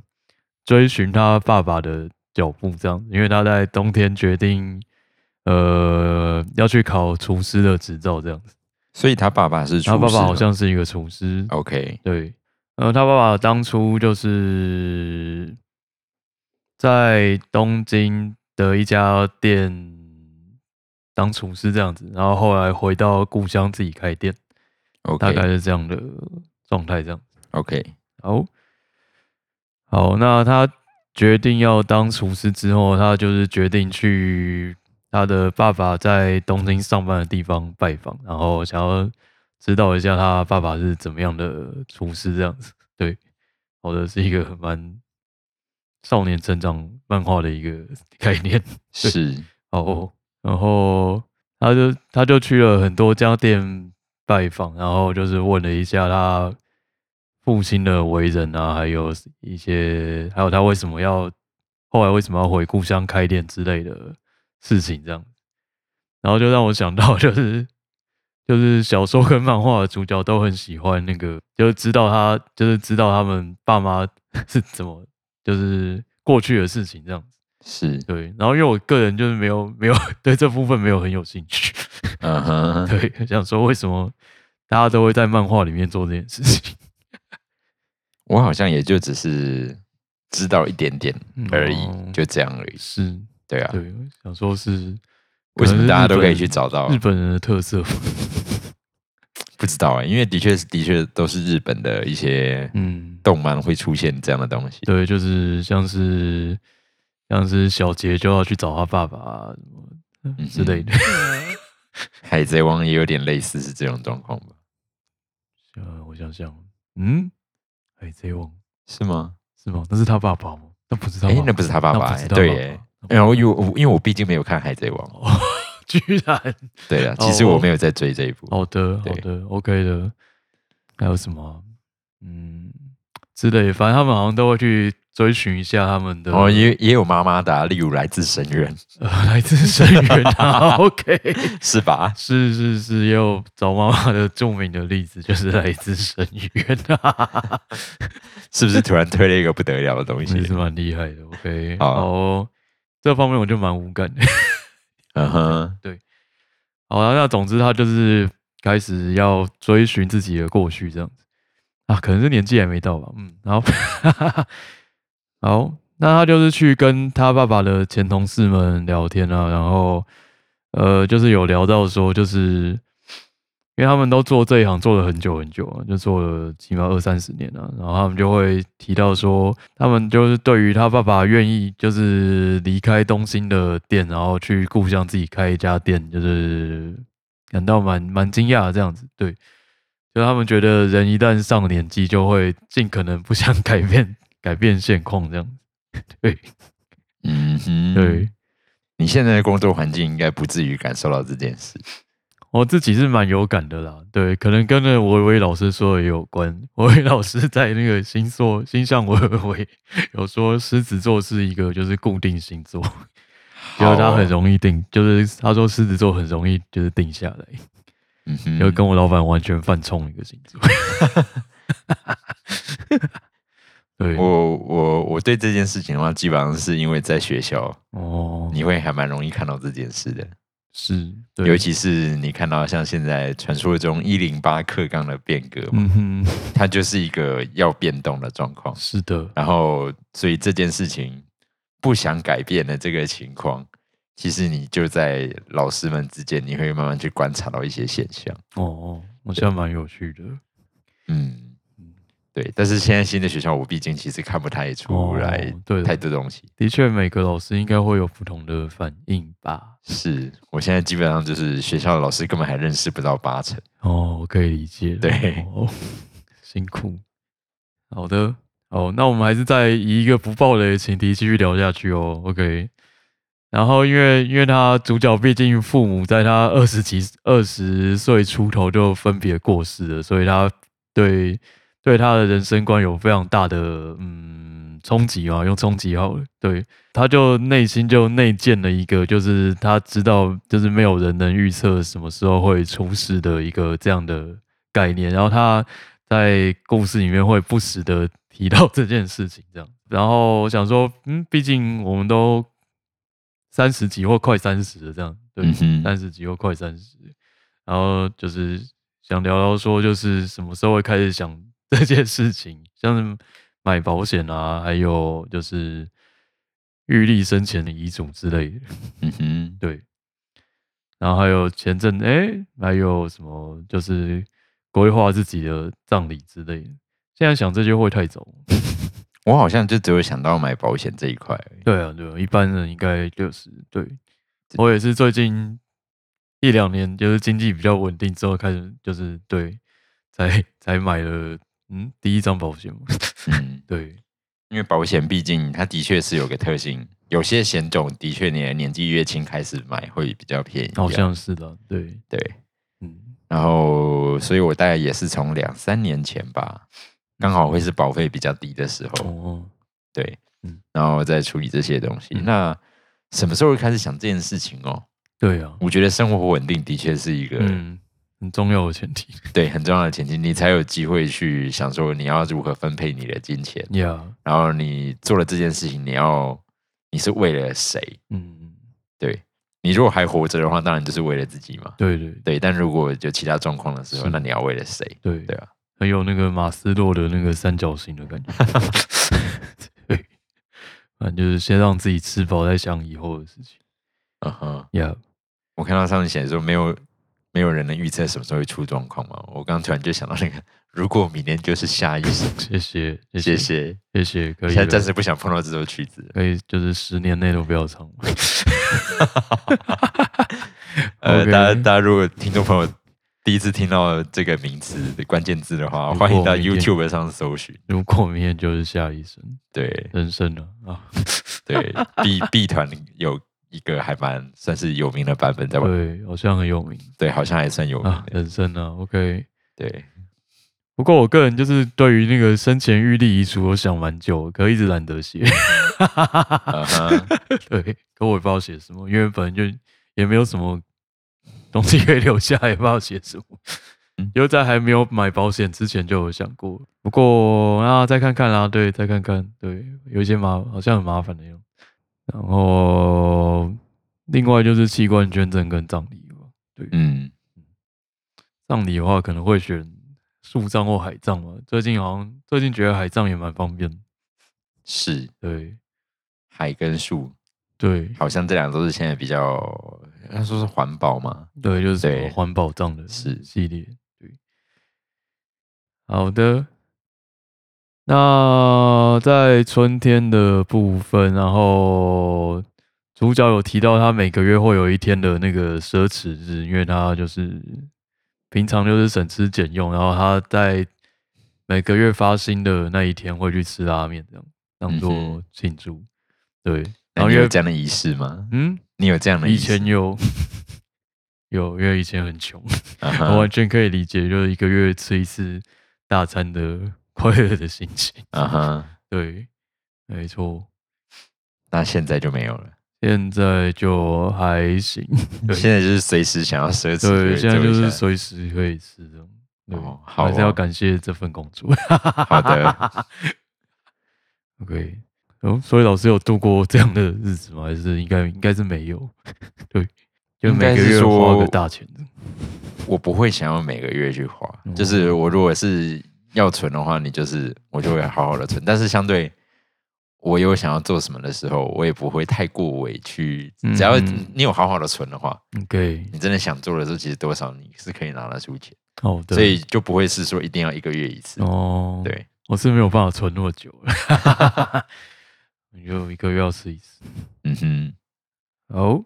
B: 追寻他爸爸的脚步，这样，因为他在冬天决定呃要去考厨师的执照，这样子。
A: 所以他爸爸是厨
B: 他
A: 师吗，哦
B: 爸爸好像是一个厨师，
A: OK，
B: 对，呃，他爸爸当初就是在东京的一家店当厨师这样子，然后后来回到故乡自己开店，大概
A: OK
B: 是这样的状态这样。
A: OK，
B: 好，好，那他决定要当厨师之后，他就是决定去他的爸爸在东京上班的地方拜访，然后想要知道一下他爸爸是怎么样的厨师这样子。对，好的，是一个蛮少年成长漫画的一个概念。
A: 是
B: 哦，然后他就他就去了很多家店拜访，然后就是问了一下他父亲的为人啊，还有一些还有他为什么要后来为什么要回故乡开店之类的事情，这样，然后就让我想到就是。就是小说跟漫画的主角都很喜欢那个，就是知道他，就是知道他们爸妈 是怎么，就是过去的事情这样子。
A: 是，
B: 对，然后因为我个人就是没有没有 对这部分没有很有兴趣，
A: 嗯哼，
B: 对，想说为什么大家都会在漫画里面做这件事情
A: 我好像也就只是知道一点点嗯而已，
B: 哦
A: 就这样而已。
B: 是，
A: 对啊，
B: 对，想说是
A: 为什么大家都可以去
B: 找
A: 找啊到
B: 日？本人的特色？
A: 不知道啊、因为的确是的确都是日本的一些
B: 嗯，
A: 动漫会出现这样的东西。
B: 对，就是像是像是小杰就要去找他爸爸啊什么
A: 嗯
B: 之类的，
A: 海贼王也有点类似是这种状况吧？
B: 呃，我想想，嗯，海贼王
A: 是吗？
B: 是吗？那是他爸爸吗？那不是他
A: 哎、
B: 爸爸，
A: 那不是他爸
B: 那
A: 爸、
B: 不
A: 欸，
B: 是他
A: 对
B: 爸
A: 耶、
B: 爸那不
A: 然后因为我因为我毕竟没有看海贼王，
B: 哦， 居然
A: 对了，
B: 哦
A: 其实我没有在追这一部。
B: 好的，好
A: 对
B: 的，OK 的。还有什么啊？嗯，之类，反正他们好像都会去追寻一下他们的
A: 然后也也有妈妈的啊、例如来自深渊，
B: 呃 来自深渊啊。OK，
A: 是吧？
B: 是是是，也有找妈妈的著名的例子，就是来自深渊啊，
A: 是不是突然推了一个不得了的东
B: 也
A: 西
B: 是？蛮厉害的。OK，
A: 好啊
B: 哦，这方面我就蛮无感的。
A: 嗯哼，
B: 好啊，那总之他就是开始要追寻自己的过去这样子啊，可能是年纪还没到吧，嗯，然后 好，那他就是去跟他爸爸的前同事们聊天啊，然后呃，就是有聊到说，就是因为他们都做这一行做了很久很久啊，就做了起码二三十年了、然后他们就会提到说，他们就是对于他爸爸愿意就是离开东兴的店，然后去故乡自己开一家店，就是感到蛮蛮惊讶的这样子，对。就他们觉得人一旦上年纪，就会尽可能不想改变改变现况这样子。对
A: 嗯哼，
B: 对，，
A: 你现在的工作环境应该不至于感受到这件 事。
B: 我哦自己是蛮有感的啦，对，可能跟那维维老师说的也有关。维维老师在那个星座星象维维有说，狮子座是一个就是固定星座，就是他
A: 哦
B: 很容易定，就是他说狮子座很容易就是定下来，
A: 嗯哼，
B: 就跟我老板完全犯冲的一个星座。对，
A: 我我我对这件事情的话，基本上是因为在学校，
B: 哦，
A: 你会还蛮容易看到这件事的，
B: 是，对
A: 尤其是你看到像现在传说中一零八课纲的变革嘛，
B: 嗯哼，
A: 它就是一个要变动的状况。
B: 是的，
A: 然后，所以这件事情不想改变的这个情况，其实你就在老师们之间，你会慢慢去观察到一些现象。
B: 哦哦，我觉得蛮有趣的。
A: 嗯，对。但是现在新的学校，我毕竟其实看不太出来
B: 哦对
A: 太多东西。
B: 的确，每个老师应该会有不同的反应吧。
A: 是我现在基本上就是学校的老师根本还认识不到八成。
B: 哦，我可以理解了。
A: 对
B: 哦， 辛苦。好的，哦，那我们还是再以一个不暴雷的前提继续聊下去哦。OK。然后，因为因为他主角毕竟父母在他二十几、二十岁出头就分别过世了，所以他对对他的人生观有非常大的嗯冲击嘛，用冲击好了。对，他就内心就内建了一个，就是他知道，就是没有人能预测什么时候会出事的一个这样的概念。然后他在故事里面会不时的提到 这件事情，这样。然后我想说，嗯，毕竟我们都三十几或快三十了，这样对。
A: 嗯哼，
B: 三十几或快三十，然后就是想聊聊说，就是什么时候会开始想 这件事情，像是买保险啊，还有就是预立生前的遗嘱之类的，
A: 嗯哼，
B: 对。然后还有前阵哎、还有什么就是规划自己的葬礼之类的。现在想这些会太早，
A: 我好像就只有想到买保险这一块而已。
B: 对啊，对啊，一般人应该六十。对，我也是最近一两年，就是经济比较稳定之后，开始就是对，才才买了嗯第一张保险嘛。
A: 嗯，
B: 对，
A: 因为保险毕竟它的确是有个特性，有些险种的确你的年纪越轻开始买会比较便宜一点，
B: 好像是的，对，
A: 对。
C: 嗯，
A: 然后，所以我大概也是从两三年前吧，刚好会是保费比较低的时候，
C: 哦，
A: 对
C: 嗯，
A: 然后再处理这些东西。
B: 嗯
A: 那什么时候开始想这件事情哦？
B: 对啊，
A: 我觉得生活稳定的确是一个、
B: 嗯，很重要的前提
A: 对很重要的前提，你才有机会去想说你要如何分配你的金钱，
B: ，Yeah，
A: 然后你做了这件事情，你要你是为了谁？
C: 嗯，
A: 对你如果还活着的话，当然就是为了自己嘛。
B: 对对
A: 对，但如果有其他状况的时候，
B: 是
A: 那你要为了谁？
B: 对
A: 对啊，
B: 很有那个马斯洛的那个三角形的感觉，对，反正就是先让自己吃饱，再想以后的事情
A: 嗯哼。
B: ，Yeah，
A: 我看到上面写说没有没有人能预测什么时候会出状况嘛，我刚突然就想到那个，如果明年就是下一生，
B: 谢谢，
A: 谢
B: 谢谢，
A: 谢。
B: 谢谢，可以
A: 现在
B: 了，
A: 暂时不想碰到这首曲子，
B: 可以，就是十年内都不要唱，
A: 呃
B: OK
A: 大家大家如果听众朋友第一次听到这个名词的关键字的话，
B: 如果
A: 欢迎到
B: 明天
A: YouTube 上搜寻。
B: 如果明天就是下一生
A: 对
B: 人生了啊，
A: 对 ，B B 团有一个还蛮算是有名的版本在玩，
B: 对，好像很有名
A: 对，好像还算有名
B: 啊，
A: 的。
B: 人生啊，OK。
A: 对，
B: 不过我个人就是对于那个生前预立遗嘱，我想蛮久的，可一直懒得写。
A: 嗯哼，
B: 对，可我也不知道写什么，因为本来就也没有什么东西可以留下，也不知道写什么
A: 嗯。
B: 因为在还没有买保险之前就有想过，不过啊，再看看啦、对，再看看，对，有一些麻好像很麻烦的样子。然后另外就是器官捐赠跟葬礼吧，
A: 嗯，
B: 葬礼的话可能会选树葬或海葬嘛。最近好像最近觉得海葬也蛮方便的，
A: 是
B: 对
A: 海跟树
B: 对
A: 好像这两个都是现在比较，他说是环保嘛，
B: 对，就是什么
A: 嗯对
B: 环保葬的
A: 是
B: 系列。对，好的。那在春天的部分，然后主角有提到他每个月会有一天的那个奢侈日，因为他就是平常就是省吃俭用，然后他在每个月发薪的那一天会去吃拉面，这样当
A: 嗯
B: 做庆祝。对，然
A: 那哎
B: 后
A: 你
B: 因
A: 有
B: 为
A: 这样的仪式吗？
B: 嗯，
A: 你有这样的仪
B: 以
A: 式
B: 前？有 有，因为以前很穷，
A: 啊
B: 我
A: 哈
B: 完全可以理解，就是一个月吃一次大餐的 快乐的心情。
A: 啊哈，
B: 对，没错，
A: 那现在就没有了。
B: 现在就还 行。
A: 现
B: 对
A: 在就是随时想要奢侈就会做一
B: 对，
A: 下，
B: 现在就是随时可以吃这种。对，
A: 哦好
B: 还是要
A: 哦
B: 感谢这份工作。
A: 好的。
B: OK，哦，所以老师有度过这样的日子吗？还是应该应该是没有？ 对，就
A: 应
B: 每
A: 该
B: 个
A: 是
B: 月花
A: 说
B: 个大钱的。
A: 我不会想要每个月去花，
B: 嗯
A: 就是我如果是要存的话，你就是我就会好好的存，但是相对。我有想要做什么的时候，我也不会太过委屈。只要
B: 嗯
A: 你有好好的存的话，
B: OK，
A: 你真的想做的时候，其实多少你是可以拿得出钱，
B: 好的。
A: 所以就不会是说一定要一个月一次。
B: 哦，
A: 对，
B: 我是没有办法存那么久 了， 你就一个月要吃一次。
A: 嗯哼，
B: 哦，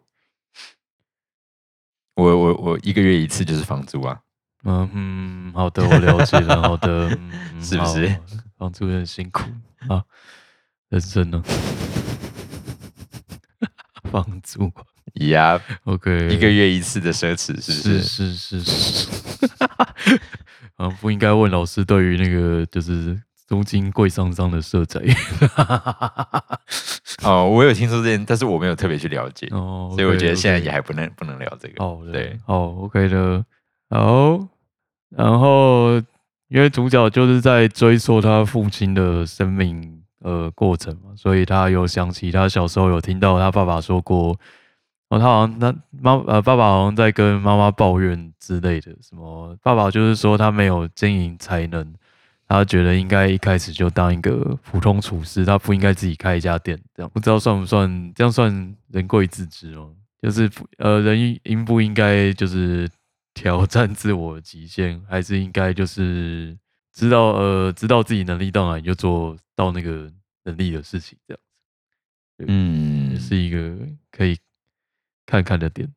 A: 我我我一个月一次就是房租啊，
B: 嗯嗯，好的，我了解了。好 的，嗯、
A: 是不是
B: 好？房租很辛苦啊，哦人生 呢？房租
A: 呀、
B: ，OK，
A: 一个月一次的奢侈是不是？
B: 是是是是， 啊，不应该问老师对于那个就是租金贵桑桑的社宅
A: 哦，我有听说这件，但是我没有特别去了解，
B: 哦，
A: 所以我觉得现在
B: OK，OK
A: 也还不能不能聊这个。
B: 好的，
A: 对，
B: 好，OK 哦的，好。然后，因为主角就是在追溯他父亲的生命呃过程嘛，所以他有想起他小时候有听到他爸爸说过，哦，他好像他妈呃爸爸好像在跟妈妈抱怨之类的，什么爸爸就是说他没有经营才能，他觉得应该一开始就当一个普通厨师，他不应该自己开一家店，这样不知道算不算这样算人贵自知哦，就是不呃人应不应该就是挑战自我极限，还是应该就是知道呃知道自己能力到哪里就做到那个能力的事情，这样
A: 嗯
B: 也，是一个可以看看的点，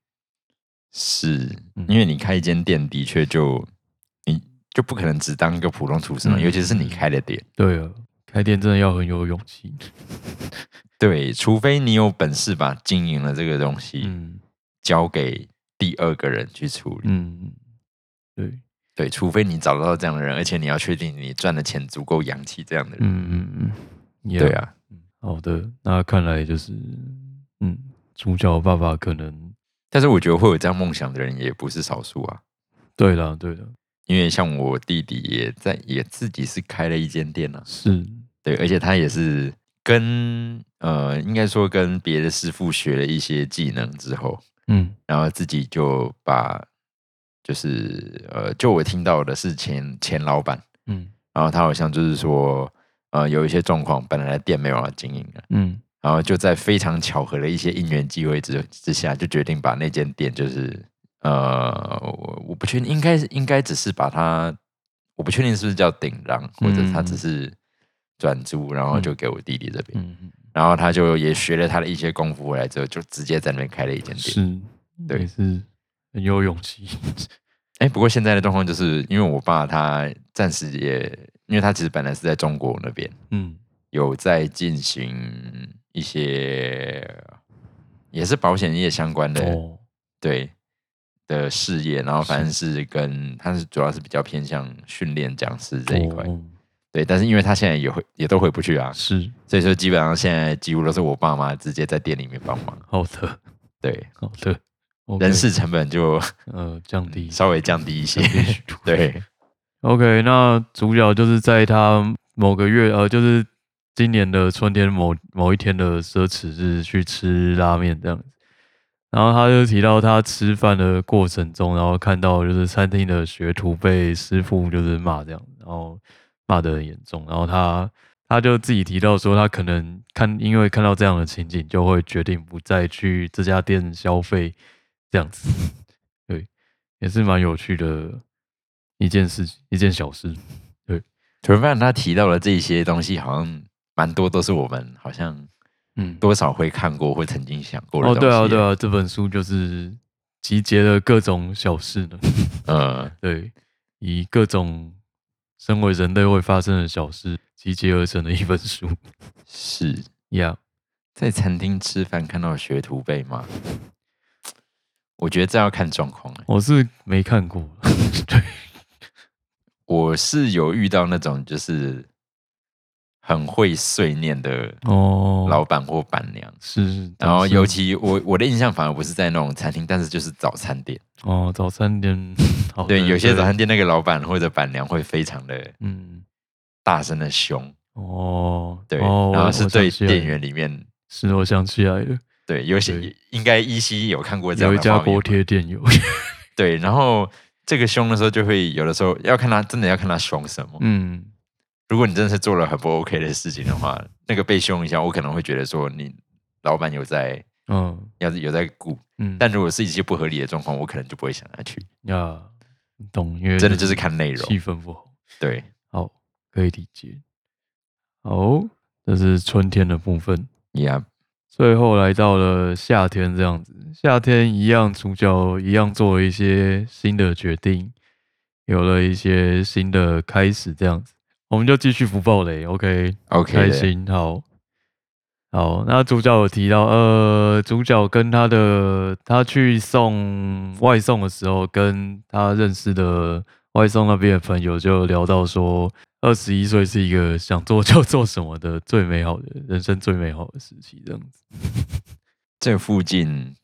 A: 是
B: 嗯
A: 因为你开一间店，的确就你就不可能只当一个普通厨师嘛，
B: 嗯
A: 尤其是你开的店，
B: 对啊，开店真的要很有勇气。
A: 对，除非你有本事把经营了这个东西、
B: 嗯
A: 交给第二个人去处理。
B: 嗯，对，
A: 对，除非你找到这样的人，而且你要确定你赚的钱足够洋气这样的人。
B: 嗯嗯嗯，
A: 对，啊，
B: 好的，那看来就是，嗯，主角爸爸可能
A: 但是我觉得会有这样梦想的人也不是少数啊。
B: 对了对了，
A: 因为像我弟弟也在也自己是开了一间店啊，
B: 是，
A: 对，而且他也是跟呃，应该说跟别的师傅学了一些技能之后，
B: 嗯
A: 然后自己就把就是呃，就我听到的是前前老板，
B: 嗯
A: 然后他好像就是说呃，有一些状况，本来店没有办法经营了，
B: 嗯
A: 然后就在非常巧合的一些因缘机会之之下，就决定把那间店就是呃，我我不确定，应该是应该只是把它，我不确定是不是叫顶让，或者他只
B: 嗯
A: 是转租，然后
B: 嗯
A: 就给我弟弟这边，
B: 嗯，
A: 然后他就也学了他的一些功夫回来之后，就直接在那边开了一间店。
B: 是，
A: 对
B: 也是很有勇 气。
A: 哎，不过现在的状况就是因为我爸他暂时也，因为他其实本来是在中国那边，
B: 嗯
A: 有在进行一些也是保险业相关的
B: 哦，
A: 对的事业，然后反正是跟他是主要是比较偏向训练讲师这一块，
B: 哦
A: 对，但是因为他现在也回也都回不去啊，
B: 是
A: 所以说基本上现在几乎都是我爸妈直接在店里面帮忙，
B: 好的
A: 对，
B: 好的，OK，
A: 人事成本 就
B: 呃降低
A: 稍微降低一些
B: 降，低许 多。
A: 对，
B: OK，那主角就是在他某个月，呃，就是今年的春天某某一天的奢侈日去吃拉面这样子。然后他就提到他吃饭的过程中，然后看到就是餐厅的学徒被师傅就是骂这样，然后骂得很严重。然后他他就自己提到说，他可能看因为看到这样的情景，就会决定不再去这家店消费这样子。 对，也是蛮有趣的一件事情，一件小事。
A: 突然发现他提到了这些东西，好像蛮多都是我们好像
B: 嗯，
A: 多少会看过或曾经想过的东
B: 哦，
A: 西，
B: 对啊，对，啊，这本书就是集结了各种小事呢。
A: 嗯，
B: 对，啊以各种身为人类会发生的小事集结而成的一本书。
A: 是。
B: Yeah，
A: 在餐厅吃饭看到学徒被骂，我觉得这要看状况、欸。
B: 我是没看过。 对，
A: 我是有遇到那种就是很会碎念的
B: 哦，
A: 老板或板娘，
B: 是，是
A: 然后
B: 是
A: 尤其我我的印象反而不是在那种餐厅，但是就是早餐店，
B: 哦，早餐 店，好的
A: 对，有些早餐，店那个老板或者板娘会非常的
B: 嗯，
A: 大声的凶，
B: 哦，
A: 对，
B: 哦、
A: 然
B: 我
A: 后是对店，
B: 我想起来了
A: 员里面。
B: 是我想起来了，
A: 对，有些
B: 对
A: 应该依稀有看过这样
B: 有
A: 的
B: 一家
A: 画面
B: 锅
A: 吧
B: 贴店有，
A: 对，然后这个凶的时候，就会有的时候要看他真的要看他凶什么，
B: 嗯，
A: 如果你真的是做了很不 OK 的事情的话，那个被凶一下，我可能会觉得说你老板有在，
B: 嗯
A: 要是有在顾。
B: 嗯，
A: 但如果是一些不合理的状况，我可能就不会想下去。
B: 呀，懂，因为
A: 真的就是看内容
B: 气氛不好，
A: 对，
B: 好，可以理解。好，这是春天的部分，
A: 呀、
B: 最后来到了夏天这样子，夏天一样，主角一样做了一些新的决定，有了一些新的开始这样子，我们就继续不爆雷，OK，
A: o k
B: 开心，好。好，那主角有提到，呃，主角跟他的他去送外送的时候，跟他认识的外送那边的朋友就聊到说，二十一岁是一个想做就做什么的最美好的人生最美好的时期，这样子。
A: 这附近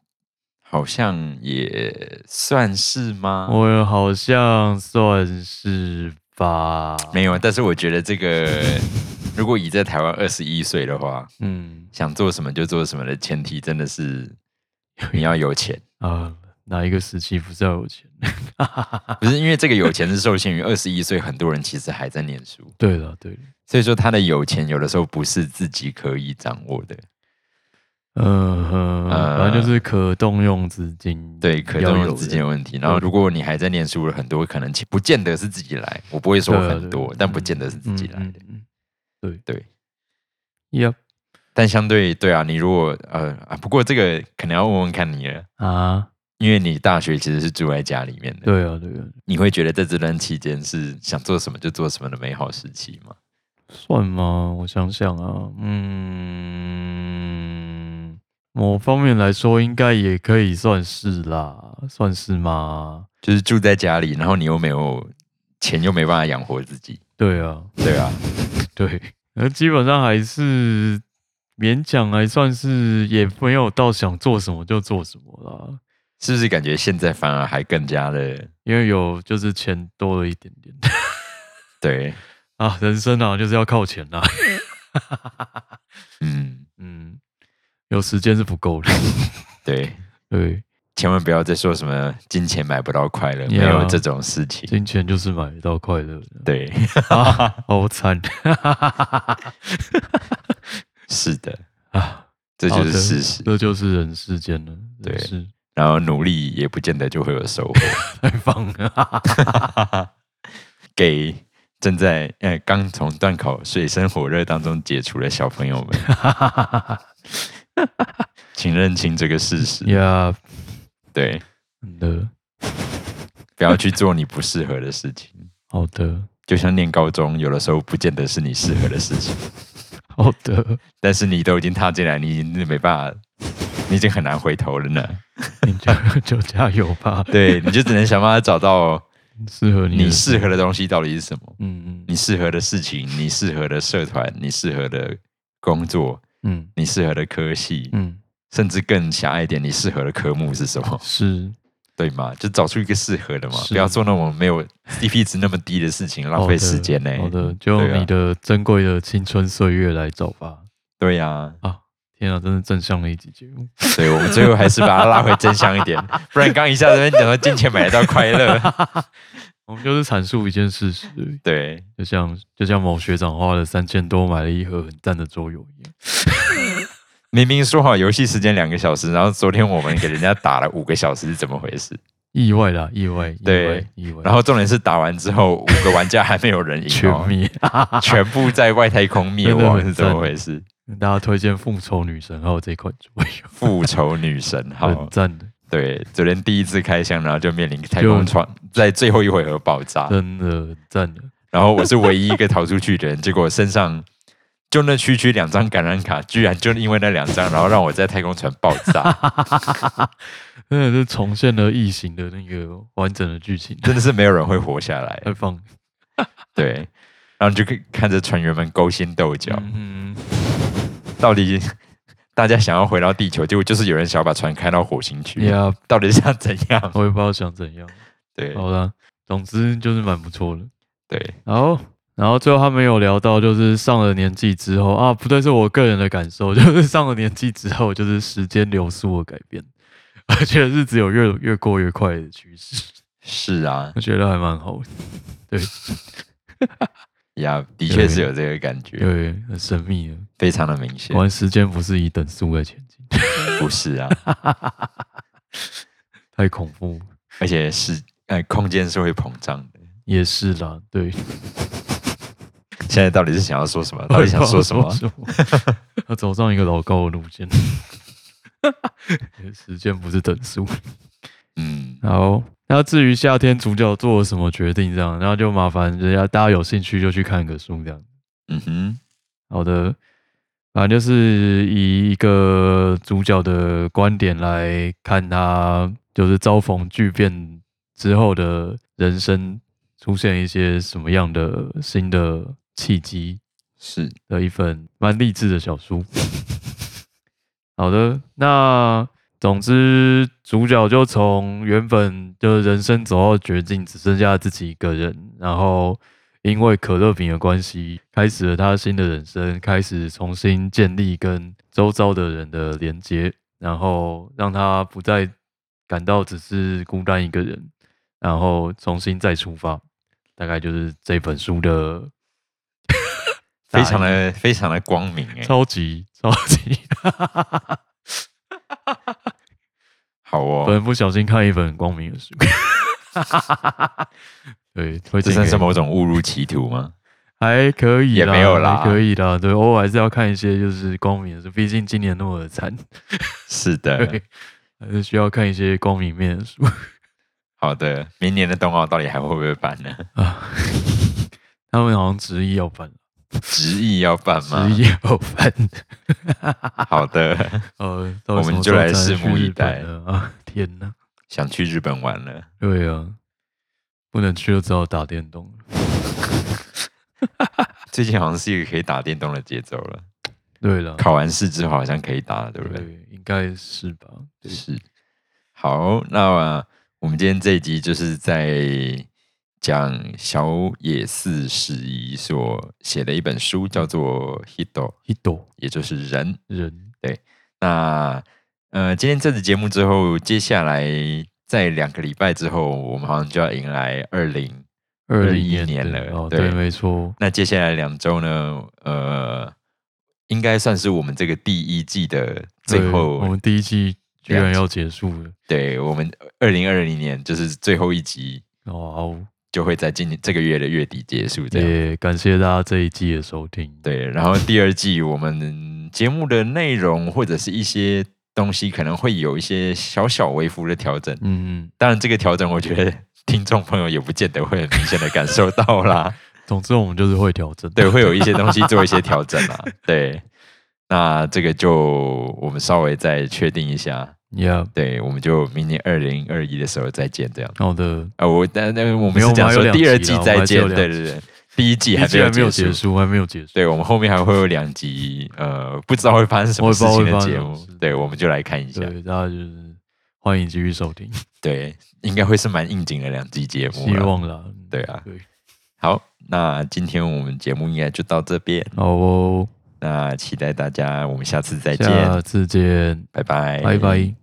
A: 好像也算是吗？
B: 我好像算是吧，
A: 没有，但是我觉得这个， 如果以在台湾二十一岁的话，
B: 嗯
A: 想做什么就做什么的前提，真的是你要有钱。
B: 啊，哪一个时期不是要有钱？
A: 不是因为这个有钱是受限于二十一岁，很多人其实还在念书。
B: 对了，对了，
A: 所以说他的有钱有的时候不是自己可以掌握的，
B: 嗯哼，反正就是可动用资金，
A: 呃对，可
B: 嗯要
A: 能有
B: 有
A: 资
B: 的
A: 金的问题。然后如果你还在念书，很多可能其不见得是自己来，我不会说
B: 对啊
A: 很
B: 对
A: 多
B: 啊，
A: 但不见得是自己来的。
B: 嗯嗯
A: 对，
B: y e p
A: 但相对对啊，你如果呃啊，不过这个可能要问问看你了，
B: 啊，
A: 因为你大学其实是住在家里面的，
B: 对啊，对啊，
A: 你会觉得在这段期间是想做什么就做什么的美好时期吗？
B: 算吗？我想想啊，嗯，某方面来说，应该也可以算是啦，算是吗？
A: 就是住在家里，然后你又没有钱，又没办法养活自己，
B: 对啊，
A: 对啊，
B: 对，那基本上还是勉强还算是，也没有到想做什么就做什么啦，
A: 是不是感觉现在反而还更加的
B: 因为有就是钱多了一点点
A: 对，
B: 啊，人生啊就是要靠钱啦，
A: 嗯，
B: 嗯，有时间是不够的，
A: 对，
B: 对，
A: 千万不要再说什么金钱买不到快乐，没
B: Yeah
A: 有这种事情，
B: 金钱就是买得到快乐的，
A: 对，
B: 啊，好惨
A: 是的，
B: 啊！
A: 这就
B: 好
A: 是
B: 的
A: 事实。
B: 这就是人世间了，
A: 对
B: 是
A: 然后努力也不见得就会有收获。
B: 太棒了，
A: 给正在呃刚从断考水深火热当中解除的小朋友 们，请认清这个事实。
B: 呀，
A: 对，
B: 真的，
A: 不要去做你不适合的事情。
B: 好的，
A: 就像念高中，有的时候不见得是你适合的事情，
B: 好的，
A: 但是你都已经踏进来，你已经没办法，你已经很难回头了呢。
B: 你就 就加油吧，
A: 对，你就只能想办法找到
B: 适合你的，
A: 你适合的东西到底是什么，
B: 嗯
A: 你
B: 嗯
A: 适合的事情，你适合的社团，你适合的工作，
B: 嗯
A: 你适合的科系，
B: 嗯，
A: 甚至更狭隘一点，你适合的科目是什么？
B: 是
A: 对吗？就找出一个适合的嘛，
B: 是
A: 不要做那种没有 CP 值那么低的事情，浪
B: 好
A: 费
B: 的
A: 时间呢、
B: 好的，哦就
A: 对啊
B: 用你的珍贵的青春岁月来走吧。
A: 对呀、
B: 天啊，真是正向的一集节目，
A: 所以我们最后还是把它拉回真相一点，不然刚一下子讲到金钱买得到快乐，
B: 我们就是阐述一件事实而已，
A: 对，
B: 就像就像某学长花了三千多买了一盒很赞的桌游一样。
A: 明明说好游戏时间两个小时，然后昨天我们给人家打了五个小时，是怎么回事？
B: 意外啦，意外，意
A: 对
B: 外，意外，
A: 然后重点是打完之后，五个玩家还没有人赢、
B: 全
A: 哦，
B: 灭。
A: 全部在外太空灭
B: 真的
A: 亡，
B: 很
A: 是怎么
B: 赞
A: 回事？
B: 大家推荐《复仇女神号》这款桌
A: 复仇女神
B: 游，
A: 好
B: 很，赞的，
A: 对，昨天第一次开箱，然后就面临太空船在最后一回合爆炸，
B: 真的很赞的，
A: 然后我是唯一一个逃出去的人，结果身上就那区区两张感染卡，居然就因为那两张，然后让我在太空船爆炸，
B: 真的是重现了《异形》的那个完整的剧情，
A: 真的是没有人会活下 来。
B: 太棒了！
A: 对，然后就可以看着船员们勾心斗角，
B: 嗯，
A: 到底大家想要回到地球，结果就是有人想要把船开到火星去
B: 呀，
A: 到底是想怎样？哦
B: 我也不知道想怎样。
A: 对
B: 好啦，总之就是蛮不错的。
A: 对，
B: 好，然后最后他们有聊到，就是上了年纪之后啊，不对，是我个人的感受， 就是上了年纪之后，就是时间流速的改变， 而且日子有越越过越快的趋势，
A: 是啊，
B: 我觉得还蛮好的，
A: 呀，的确是有这个感觉，
B: 对，很神秘的。
A: 非常的明显
B: 果。然时间不是以等速在前进，
A: 不是 啊，
B: 太恐怖了。
A: 而且是呃，空间是会膨胀的。
B: 也是啦，对，
A: 现在到底是想要说什么？ 到底想说 什么？
B: 不知道说什么？要走上一个老高的路线。 时间不是等速。
A: 嗯，
B: 好，那至于夏天主角做了什么决定，这样，然后就麻烦人家大家有兴趣就去看个书，这样。
A: 嗯哼，
B: 好的，反正就是以一个主角的观点来看他，就是遭逢巨变之后的人生出现一些什么样的新的契机
A: 是
B: 的一本蛮励志的小书。 好的，那总之主角就从原本就是人生走到绝境，只剩下自己一个人，然后因为可乐饼的关系，开始了他新的人生，开始重新建立跟周遭的人的连接，然后让他不再感到只是孤单一个人，然后重新再出发。大概就是这本书的 大
A: 非
B: 意
A: 常的非常的光明哎、
B: 超级超 级，
A: 好
B: 本
A: 哦，
B: 人不小心看一本光明 的书，对，推
A: 这
B: 荐
A: 算是
B: 给
A: 某种误入歧途吗？
B: 还可以，
A: 也没有啦
B: 啦，还可以啦，对，偶尔还是要看一些就是光明的书，毕竟今年那么的 惨，
A: 是的
B: 对，，还是需要看一些光明面的书
A: 好的， 明年的冬奥到底还会不会办呢？
B: 啊。他们好像执意要办，
A: 执意要办吗？
B: 只有饭。
A: 好的，
B: 呃，
A: 我们就来拭目以待
B: 了啊！天哪，
A: 想去日本玩了，
B: 对啊，不能去就只好打电动了。
A: 最近好像是一个可以打电动的节奏了。
B: 对了，
A: 考完试之后好像可以打了，对
B: 对
A: 不对？
B: 应该是吧？对
A: 是。好，那、呃我们今天这一集就是在讲小野寺十一所写的一本书，叫做《Hito》，
B: 一朵
A: 也就是人。
B: 人
A: 那呃，今天这次节目之后，接下来在两个礼拜之后，我们好像就要迎来二零。
B: 二
A: 21
B: 零
A: 年了
B: 哦，
A: 对
B: 对，没错，
A: 那接下来两周呢，呃，应该算是我们这个第一季的最
B: 对
A: 后
B: 我们第一季居
A: 两
B: 然
A: 集
B: 要结束了，
A: 对我们二零二零年就是最后一集，
B: 哇哦！
A: 就会在今年这个月的月底结束这样。
B: 也感谢大家这一季的收听。
A: 对，然后第二季我们节目的内容或者是一些东西可能会有一些小小微幅的调整，
B: 嗯，嗯，
A: 当然这个调整我觉得听众朋友也不见得会很明显的感受到啦。
B: 总之我们就是会调整。
A: 对，会有一些东西做一些调整啦。对，那这个就我们稍微再确定一下。
B: ，Yeah，
A: 对，我们就明年二零二一的时候再见这样。
B: 好的，
A: 啊，我但但我
B: 没
A: 们
B: 有
A: 是讲
B: 我们还有
A: 说
B: 两
A: 第二
B: 集
A: 季
B: 啦我们
A: 再
B: 还是有
A: 见，对
B: 两
A: 对对，第一季还
B: 一
A: 没
B: 季还没有
A: 有
B: 结
A: 结束，
B: 束，还没有结束。
A: 对我们后面还会有两集，呃，不知道会发生什
B: 我
A: 么
B: 也
A: 事
B: 不知道
A: 情
B: 会
A: 的
B: 发生
A: 节
B: 什么
A: 目
B: 事，
A: 对，我们就来看一下，
B: 对，大家就是欢迎继续收听，
A: 对，应该会是蛮应景的两集节目
B: 希
A: 了。
B: 望啦。嗯
A: 对啊
B: 对，
A: 好，那今天我们节目应该就到这边，
B: 好哦，
A: 那期待大家，我们下次再见，
B: 下次见，
A: 拜拜，
B: 拜拜。